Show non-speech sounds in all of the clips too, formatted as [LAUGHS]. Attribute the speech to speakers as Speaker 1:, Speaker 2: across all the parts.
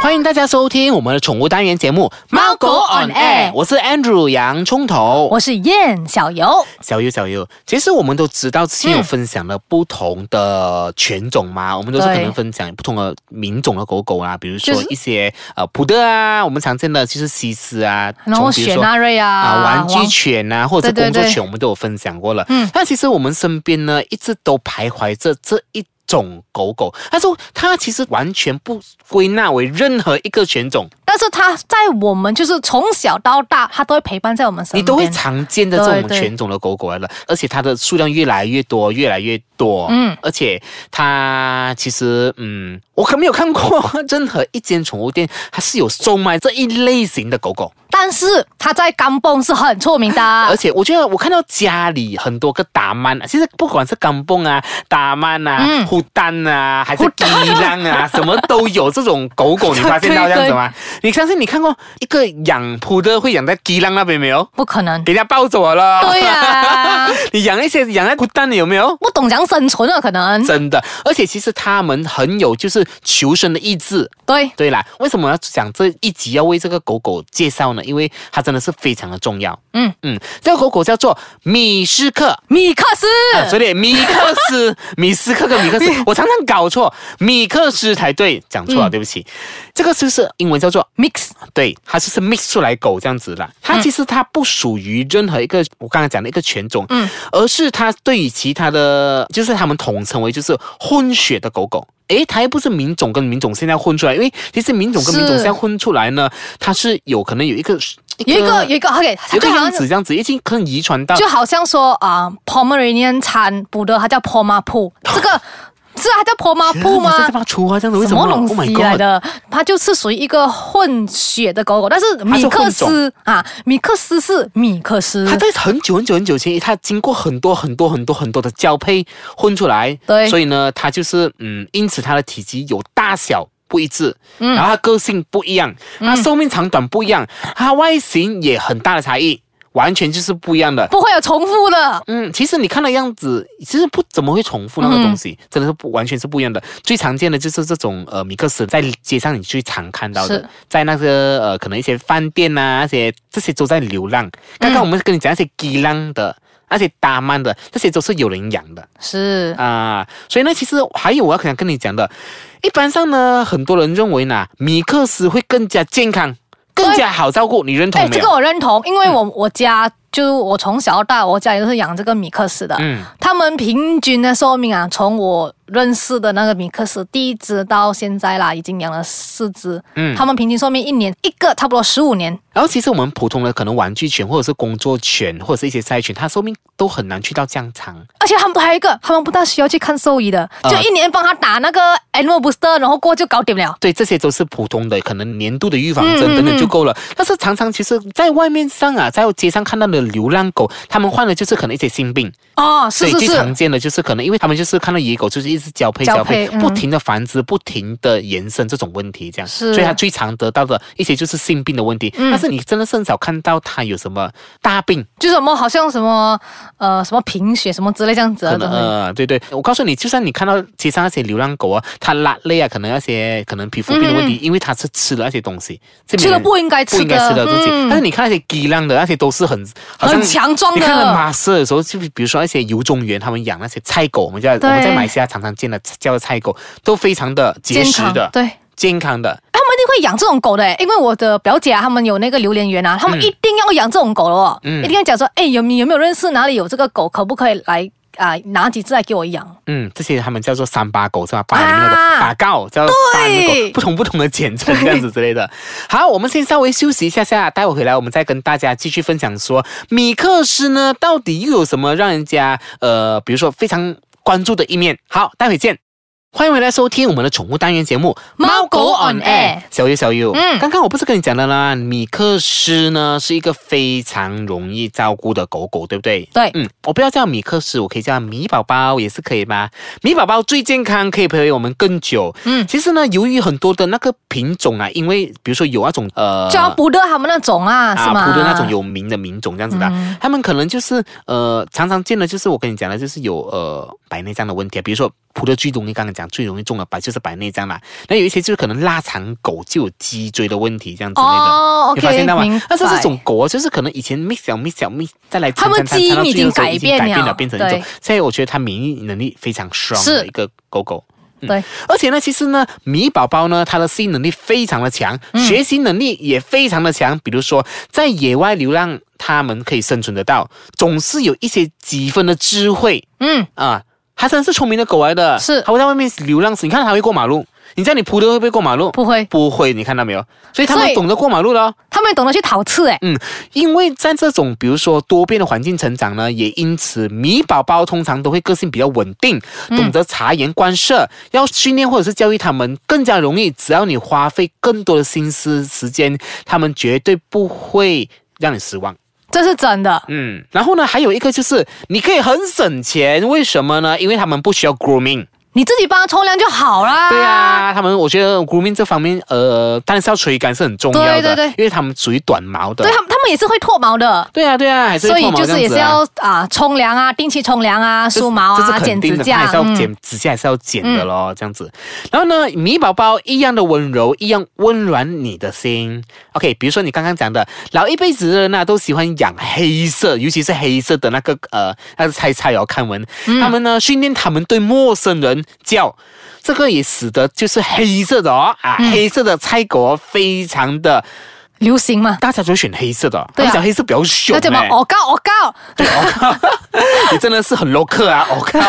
Speaker 1: 欢迎大家收听我们的宠物单元节目《
Speaker 2: 猫狗 on air
Speaker 1: 我是 Andrew 洋葱头。
Speaker 2: 我是燕小游，
Speaker 1: 小优，小优，其实我们都知道之前有
Speaker 2: 嗯
Speaker 1: 分享了不同的犬种嘛，我们都是可
Speaker 2: 对
Speaker 1: 能分享不同的品种的狗狗啊，比如
Speaker 2: 就
Speaker 1: 说
Speaker 2: 是
Speaker 1: 一些、呃普的啊，我们常见的就是西施啊，
Speaker 2: 然后
Speaker 1: 从比如
Speaker 2: 雪
Speaker 1: 说
Speaker 2: 纳瑞啊，
Speaker 1: 啊，玩具
Speaker 2: 王
Speaker 1: 犬啊，或者是
Speaker 2: 对对
Speaker 1: 工作
Speaker 2: 对
Speaker 1: 犬，我们都有分享过了。
Speaker 2: 嗯
Speaker 1: 那其实我们身边呢，一直都徘徊着这一种狗狗，但是它其实完全不归纳为任何一个犬种，
Speaker 2: 但是它在我们就是从小到大，它都会陪伴在我们身边，
Speaker 1: 你都会常见的这种
Speaker 2: 对对
Speaker 1: 犬种的狗狗来了，而且它的数量越来越多，越来越多。
Speaker 2: 嗯，
Speaker 1: 而且它其实，嗯，我可没有看过 [LAUGHS] 任何一间宠物店它是有售卖这一类型的狗狗，
Speaker 2: 但是它在甘蹦是很出名的，
Speaker 1: [LAUGHS] 而且我觉得我看到家里很多个达曼，其实不管是港蹦啊、达曼啊、
Speaker 2: 嗯
Speaker 1: 虎丹啊，还是伊浪啊，什么都有这种狗狗，你发现到这样子
Speaker 2: [LAUGHS]
Speaker 1: 吗？你相信你看过一个养扑的会养在伊浪那边没有？
Speaker 2: 不可
Speaker 1: [LAUGHS]
Speaker 2: 能。
Speaker 1: 给人家抱走了。
Speaker 2: 对
Speaker 1: [LAUGHS]
Speaker 2: 呀
Speaker 1: 你养一些养在孤单的有没有？
Speaker 2: 不懂讲生存啊，可能
Speaker 1: 真的，而且其实他们很有就是求生的意志。
Speaker 2: 对，
Speaker 1: 对啦，为什么要讲这一集要为这个狗狗介绍呢？因为它真的是非常的重要。
Speaker 2: 嗯
Speaker 1: 嗯，这个狗狗叫做米斯克。
Speaker 2: 米克斯，
Speaker 1: 啊，所以米克
Speaker 2: [LAUGHS]
Speaker 1: 斯、米斯克跟米克斯，我常常搞错，米克斯才对，讲错了，
Speaker 2: 嗯
Speaker 1: 对不起。这个是不是英文叫做
Speaker 2: mix
Speaker 1: 对，它就是 mix 出来狗这样子啦。它其实它不属于任何一个我刚才讲的一个犬种，
Speaker 2: 嗯，
Speaker 1: 而是它对于其他的，就是他们统称为就是混血的狗狗。诶，它又不是民种跟民种现在混出来，因为其实民种跟民种
Speaker 2: 是
Speaker 1: 现在混出来呢，它是有可能有一个
Speaker 2: 有一个有一个 OK，
Speaker 1: 有一
Speaker 2: 它
Speaker 1: 个
Speaker 2: 就好
Speaker 1: 样
Speaker 2: 像
Speaker 1: 子这样子，已经可能遗传到
Speaker 2: 就好像说啊、p o m e r a n i a n 产补的，它叫 Poma Pu，
Speaker 1: [LAUGHS]
Speaker 2: 这个是啊它叫 Poma
Speaker 1: 天啊
Speaker 2: Pu 吗
Speaker 1: 你？在这帮出啊这样子，为
Speaker 2: 什
Speaker 1: 什么
Speaker 2: 么东
Speaker 1: Oh my
Speaker 2: 西
Speaker 1: God
Speaker 2: 来的？它就是属于一个混血的狗狗，但是米克
Speaker 1: 它是
Speaker 2: 斯啊，米克斯是米克斯，
Speaker 1: 它在很久很久很久前，它经过很多很多很多很多的交配混出来，
Speaker 2: 对
Speaker 1: 所以呢，它就是嗯，因此它的体积有大小。不一致，
Speaker 2: 嗯
Speaker 1: 然后它个性不一样，它寿命长短不一样，它外形也很大的差异，完全就是不一样的。
Speaker 2: 不会有重复的。
Speaker 1: 嗯，其实你看的样子，其实不怎么会重复那个东西，真的是不完全是不一样的。最常见的就是这种呃米克斯，在街上你最常看到的
Speaker 2: 是，
Speaker 1: 在那个呃可能一些饭店啊，那些这些都在流浪。刚刚我们跟你讲那些吉浪的。那些大曼的，这些都是有人养的
Speaker 2: 是，
Speaker 1: 啊、所以呢，其实还有我要想跟你讲的，一般上呢，很多人认为呢，米克斯会更加健康，更加好照顾，你认同
Speaker 2: 哎，
Speaker 1: 没
Speaker 2: 这
Speaker 1: 有？
Speaker 2: 个我认同，因为
Speaker 1: 嗯
Speaker 2: 我、我家就是我从小到大，我家里都是养这个米克斯的。
Speaker 1: 嗯，
Speaker 2: 他们平均的寿命啊，从我认识的那个米克斯第一只到现在啦，已经养了四只。
Speaker 1: 嗯
Speaker 2: 他们平均寿命一年一个差不多十五年。
Speaker 1: 然后其实我们普通的可能玩具犬或者是工作犬或者是一些赛犬，它寿命都很难去到这样长。
Speaker 2: 而且他们还有一个，他们不大需要去看兽医的，
Speaker 1: 啊
Speaker 2: 就一年帮他打那个 animal booster，然后过就搞定了。
Speaker 1: 对，这些都是普通的，可能年度的预防针
Speaker 2: 嗯嗯
Speaker 1: 等等
Speaker 2: 嗯
Speaker 1: 就够了。但是常常其实，在外面上啊，在街上看到的流浪狗，他们患的就是可能一些心病。
Speaker 2: 哦，是
Speaker 1: 啊对，
Speaker 2: 是
Speaker 1: 最常
Speaker 2: 是，
Speaker 1: 见的就是可能，因为他们就是看到野狗，就是一直交配
Speaker 2: 交配嗯
Speaker 1: 不停的繁殖，不停的延伸这种问题，这样，
Speaker 2: 是
Speaker 1: 所以它最常得到的一些就是性病的问题。
Speaker 2: 嗯
Speaker 1: 但是你真的是很少看到它有什么大病。
Speaker 2: 就什么好像什么呃什么贫血什么之类这样子
Speaker 1: 可
Speaker 2: 的
Speaker 1: 能
Speaker 2: 东西。
Speaker 1: 呃，对对，我告诉你，就算你看到街上那些流浪狗啊，它拉累啊，可能那些可能皮肤病的问题，因为它是吃了那些东西，这边
Speaker 2: 嗯吃了不应该吃
Speaker 1: 不
Speaker 2: 的，
Speaker 1: 应该吃的东西。
Speaker 2: 嗯
Speaker 1: 但是你看那些鸡浪的那些都是很好像
Speaker 2: 很强壮
Speaker 1: 你看到
Speaker 2: 的。
Speaker 1: 马斯的时候，就比如说那些游中园，他们养那些菜狗，我们叫我
Speaker 2: 对
Speaker 1: 们在马来西亚常常见的叫的菜狗，都非常的节
Speaker 2: 健
Speaker 1: 食
Speaker 2: 康
Speaker 1: 的、
Speaker 2: 对，他
Speaker 1: 健康的。
Speaker 2: 们一定会养这种狗的，因为我的表姐啊，他们有那个榴莲园啊，他们
Speaker 1: 嗯
Speaker 2: 一定要养这种狗了哦，
Speaker 1: 嗯
Speaker 2: 一定要讲说，哎，有你有没有认识哪里有这个狗，可不可以来啊、拿几只来给我养？
Speaker 1: 嗯，这些他们叫做三八狗是吧？八零那个
Speaker 2: 啊
Speaker 1: 八告叫八零
Speaker 2: 对
Speaker 1: 狗，不同不同的简称这样子之类
Speaker 2: [LAUGHS]
Speaker 1: 的。好，我们先稍微休息一下下，待会回来我们再跟大家继续分享说米克斯呢到底又有什么让人家呃，比如说非常关注的一面。好，待会见。欢迎回来收听我们的宠物单元节目《
Speaker 2: 猫狗 on air
Speaker 1: 小优，小优，
Speaker 2: 嗯
Speaker 1: 刚刚我不是跟你讲的啦，米克斯呢是一个非常容易照顾的狗狗，对不对？
Speaker 2: 对
Speaker 1: 嗯，我不要叫米克斯，我可以叫米宝宝也是可以吧？米宝宝最健康，可以陪我们更久。
Speaker 2: 嗯
Speaker 1: 其实呢，由于很多的那个品种啊，因为比如说有那种呃，
Speaker 2: 就要不乐他们那种啊，是吗？
Speaker 1: 啊，普的那种有名的名种这样子的，啊
Speaker 2: 嗯
Speaker 1: 他们可能就是呃，常常见的就是我跟你讲的，就是有呃白内障的问题啊，比如说普的最容易刚刚讲最容易中了白就是白内障啦，那有一些就是可能腊肠狗就有脊椎的问题这样之类的。
Speaker 2: 哦
Speaker 1: 你发现
Speaker 2: ，OK，
Speaker 1: 到吗
Speaker 2: 明白？
Speaker 1: 但是这种狗啊，就是可能以前 mix 小 mix 小 mix，再来
Speaker 2: 它们
Speaker 1: 掺掺
Speaker 2: 基因
Speaker 1: 掺到
Speaker 2: 已
Speaker 1: 最后
Speaker 2: 经
Speaker 1: 的时候已
Speaker 2: 改变
Speaker 1: 改变
Speaker 2: 了
Speaker 1: 了，变成一种
Speaker 2: 对。
Speaker 1: 现在我觉得它免疫能力非常 strong
Speaker 2: 是
Speaker 1: 的一个狗狗。
Speaker 2: 对，
Speaker 1: 而且呢，其实呢，米宝宝呢，它的适应能力非常的强，
Speaker 2: 嗯
Speaker 1: 学习能力也非常的强。比如说，在野外流浪，它们可以生存得到，总是有一些几分的智慧
Speaker 2: 嗯，
Speaker 1: 啊。它真的是聪明的狗来的，
Speaker 2: 是
Speaker 1: 它会在外面流浪死。你看它会过马路，你叫你扑的会不会过马路？
Speaker 2: 不会，
Speaker 1: 不会，你看到没有？所以它
Speaker 2: 所
Speaker 1: 们
Speaker 2: 以
Speaker 1: 懂得过马路了哦。
Speaker 2: 他们懂得去讨吃哎，
Speaker 1: 嗯，因为在这种比如说多变的环境成长呢，也因此米宝宝通常都会个性比较稳定，懂得察言观色。要训练或者是教育他们更加容易，只要你花费更多的心思时间，他们绝对不会让你失望。
Speaker 2: 这是真的。
Speaker 1: 嗯，然后呢，还有一个就是你可以很省钱，为什么呢？因为他们不需要 grooming。
Speaker 2: 你自己帮他冲凉就好啦。
Speaker 1: 对，啊，他们我觉得 grooming 这方面，呃，当然是要垂感是很重要的，
Speaker 2: 对对对
Speaker 1: 因为他们属于短毛的
Speaker 2: 对。他们他们也是会脱毛的。
Speaker 1: 对啊，对啊，还是会
Speaker 2: 所以
Speaker 1: 脱毛
Speaker 2: 就
Speaker 1: 这样
Speaker 2: 是也
Speaker 1: 子
Speaker 2: 是
Speaker 1: 啊
Speaker 2: 要啊冲凉啊，定期冲凉啊，梳毛
Speaker 1: 这
Speaker 2: 啊，
Speaker 1: 是
Speaker 2: 剪
Speaker 1: 肯
Speaker 2: 指
Speaker 1: 定的，它
Speaker 2: 甲
Speaker 1: 还，是要
Speaker 2: 嗯，
Speaker 1: 剪指甲，还是要剪的咯，这样子。然后呢，米宝宝一样的温柔，一样温暖你的心。OK，比如说你刚刚讲的，老一辈子的人呢、都喜欢养黑色，尤其是黑色的那个呃，那是菜菜哦，看文，
Speaker 2: 嗯
Speaker 1: 他们呢训练他们对陌生人叫。这个也使得就是黑色的哦啊，
Speaker 2: 嗯
Speaker 1: 黑色的菜狗哦非常的，
Speaker 2: 流行嘛，
Speaker 1: 大家都会选黑色的哦，
Speaker 2: 对啊
Speaker 1: 他们讲黑色比较凶、
Speaker 2: 那
Speaker 1: 欸，
Speaker 2: 怎么我告我告，
Speaker 1: 哦 [LAUGHS] 你真的是很 low 客啊！我、靠，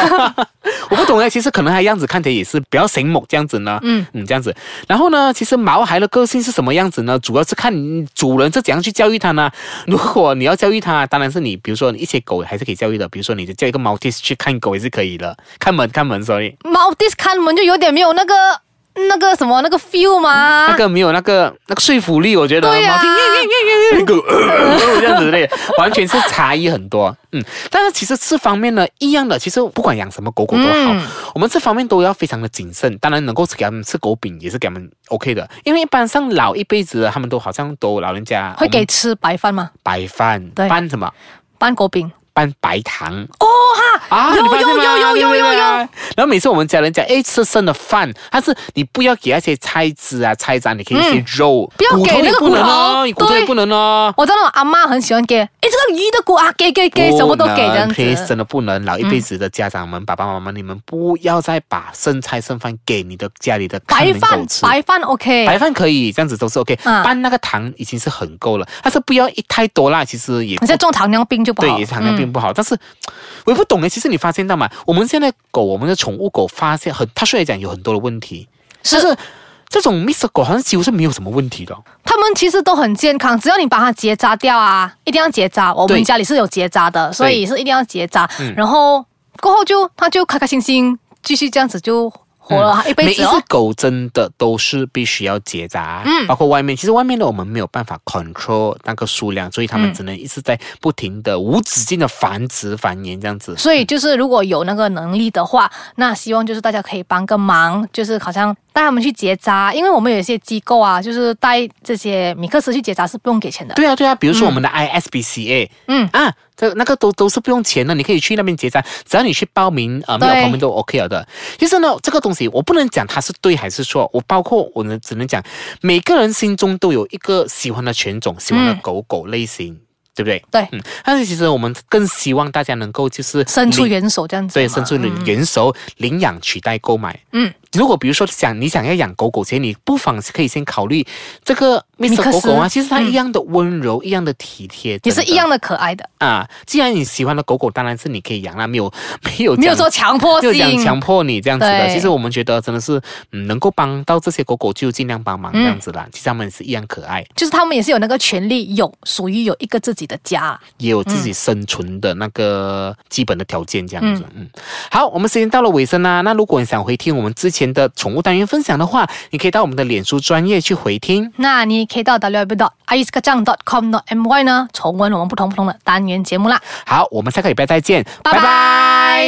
Speaker 1: 我不懂哎，其实可能他样子看起来也是比较醒目这样子呢。
Speaker 2: 嗯
Speaker 1: 嗯，这样子。然后呢，其实毛孩的个性是什么样子呢？主要是看你主人是怎样去教育它呢。如果你要教育它，当然是你，比如说一些狗还是可以教育的，比如说你叫一个毛 i s 去看狗也是可以的，看门看门，sorry，、
Speaker 2: 猫 dis 看门就有点没有那个那个什么那个 feel 嘛，
Speaker 1: 那个没有那个那个说服力，我觉得
Speaker 2: 对呀
Speaker 1: 毛 i 狗呃呃呃这样子之类的，完全是差异很多。嗯，但是其实这方面呢，一样的，其实不管养什么狗狗都好，
Speaker 2: 嗯
Speaker 1: 我们这方面都要非常的谨慎。当然，能够给他们吃狗饼也是给他们 OK 的，因为一般上老一辈子的，他们都好像都老人家
Speaker 2: 会
Speaker 1: 我
Speaker 2: 给
Speaker 1: 们
Speaker 2: 吃白饭吗？
Speaker 1: 白饭，
Speaker 2: 对
Speaker 1: 拌什么？
Speaker 2: 斑狗饼，
Speaker 1: 拌白糖哦哈啊，
Speaker 2: 有
Speaker 1: 你发现吗
Speaker 2: 有有有有有
Speaker 1: 对不对啊然后每次我们家人讲，哎，吃剩的饭，但是你不要给那些菜汁啊、菜渣，你可以一些肉，
Speaker 2: 不要
Speaker 1: 骨头
Speaker 2: 给那
Speaker 1: 也
Speaker 2: 个
Speaker 1: 不能哦，
Speaker 2: 骨
Speaker 1: 你
Speaker 2: 头
Speaker 1: 骨头也
Speaker 2: 对
Speaker 1: 不能哦。
Speaker 2: 我知道我阿妈很喜欢给，诶，这个鱼的骨啊，给给给，什么都给这样
Speaker 1: p l e a s e
Speaker 2: 子
Speaker 1: 真。的不能。老一辈子的家长们、爸爸妈妈，你们不要再把剩菜剩饭给你的家里的看
Speaker 2: 白
Speaker 1: 门
Speaker 2: 饭
Speaker 1: 狗吃。
Speaker 2: 白饭 OK，
Speaker 1: 白饭可以，这样子都是 OK，、
Speaker 2: 啊
Speaker 1: 拌那个糖已经是很够了，但是不要一太多啦，其实也不
Speaker 2: 你在中糖尿病就不好。
Speaker 1: 对，也糖尿病
Speaker 2: 嗯
Speaker 1: 不好。但是我也不懂哎，其实你发现到吗？我们现在狗，我们的宠物狗发现很，它虽然讲有很多的问题，但
Speaker 2: 是
Speaker 1: 是这种 mix 狗好像几乎是没有什么问题的哦。
Speaker 2: 他们其实都很健康，只要你把它结扎掉啊，一定要结扎。我们
Speaker 1: 对
Speaker 2: 家里是有结扎的，所以是一定要结扎。
Speaker 1: 嗯
Speaker 2: 然后过后就它就开开心心继续这样子就活了、一
Speaker 1: 嗯每
Speaker 2: 辈
Speaker 1: 一
Speaker 2: 子
Speaker 1: 只
Speaker 2: 哦。
Speaker 1: 狗真的都是必须要结扎，嗯，包括外面，其实外面的我们没有办法 control 那个数量，所以它
Speaker 2: 嗯
Speaker 1: 们只能一直在不停的无止境的繁殖繁衍这样子。
Speaker 2: 所以就是如果有那个能力的话，那希望就是大家可以帮个忙，就是好像带他们去结扎，因为我们有一些机构啊，就是带这些米克斯去结扎是不用给钱的。
Speaker 1: [LAUGHS] 对啊，对啊，比如说我们的 ISBCA，
Speaker 2: 嗯
Speaker 1: 啊，这那个都都是不用钱的，你可以去那边结扎，只要你去报名，呃，没有
Speaker 2: 对
Speaker 1: 旁边都 OK 了的。其实呢，这个东西我不能讲它是对还是错，我包括我能只能讲，每个人心中都有一个喜欢的犬种，喜欢的
Speaker 2: 嗯
Speaker 1: 狗狗类型，对不对？
Speaker 2: 对
Speaker 1: 嗯，但是其实我们更希望大家能够就是
Speaker 2: 伸出
Speaker 1: 领
Speaker 2: 援手这样子嘛。
Speaker 1: 对，伸出你的援手，领养取代购买。
Speaker 2: 嗯，
Speaker 1: 如果比如说想你想要养狗狗前，你不妨可以先考虑这个 Mr.
Speaker 2: 克
Speaker 1: 狗
Speaker 2: 斯
Speaker 1: 狗啊，其实它
Speaker 2: 嗯
Speaker 1: 一样的温柔，一样的体贴，
Speaker 2: 也是
Speaker 1: 真的
Speaker 2: 一样的可爱的，
Speaker 1: 啊。既然你喜欢的狗狗，当然是你可以养啦，没有 [LAUGHS] 没有
Speaker 2: 没有
Speaker 1: 讲
Speaker 2: 说强迫
Speaker 1: 没有讲
Speaker 2: 性。
Speaker 1: 强迫你这样子的。
Speaker 2: 对
Speaker 1: 其实我们觉得真的是，嗯，能够帮到这些狗狗就尽量帮忙这样子啦。其实它们也是一样可爱，
Speaker 2: 就是他们也是有那个权利，有属于有一个自己的家。
Speaker 1: 也有
Speaker 2: 嗯
Speaker 1: 自己生存的那嗯个基本的条件，这样子。嗯好，我们时间到了尾声啦。那如果你想回听我们之前的宠物单元分享的话，你可以到我们的脸书专业去回听。
Speaker 2: 那你也可以到 w w i c e k a n g com my 呢重温我们不同不同的单元节目啦，
Speaker 1: 好，我们下个礼拜再见，
Speaker 2: 拜拜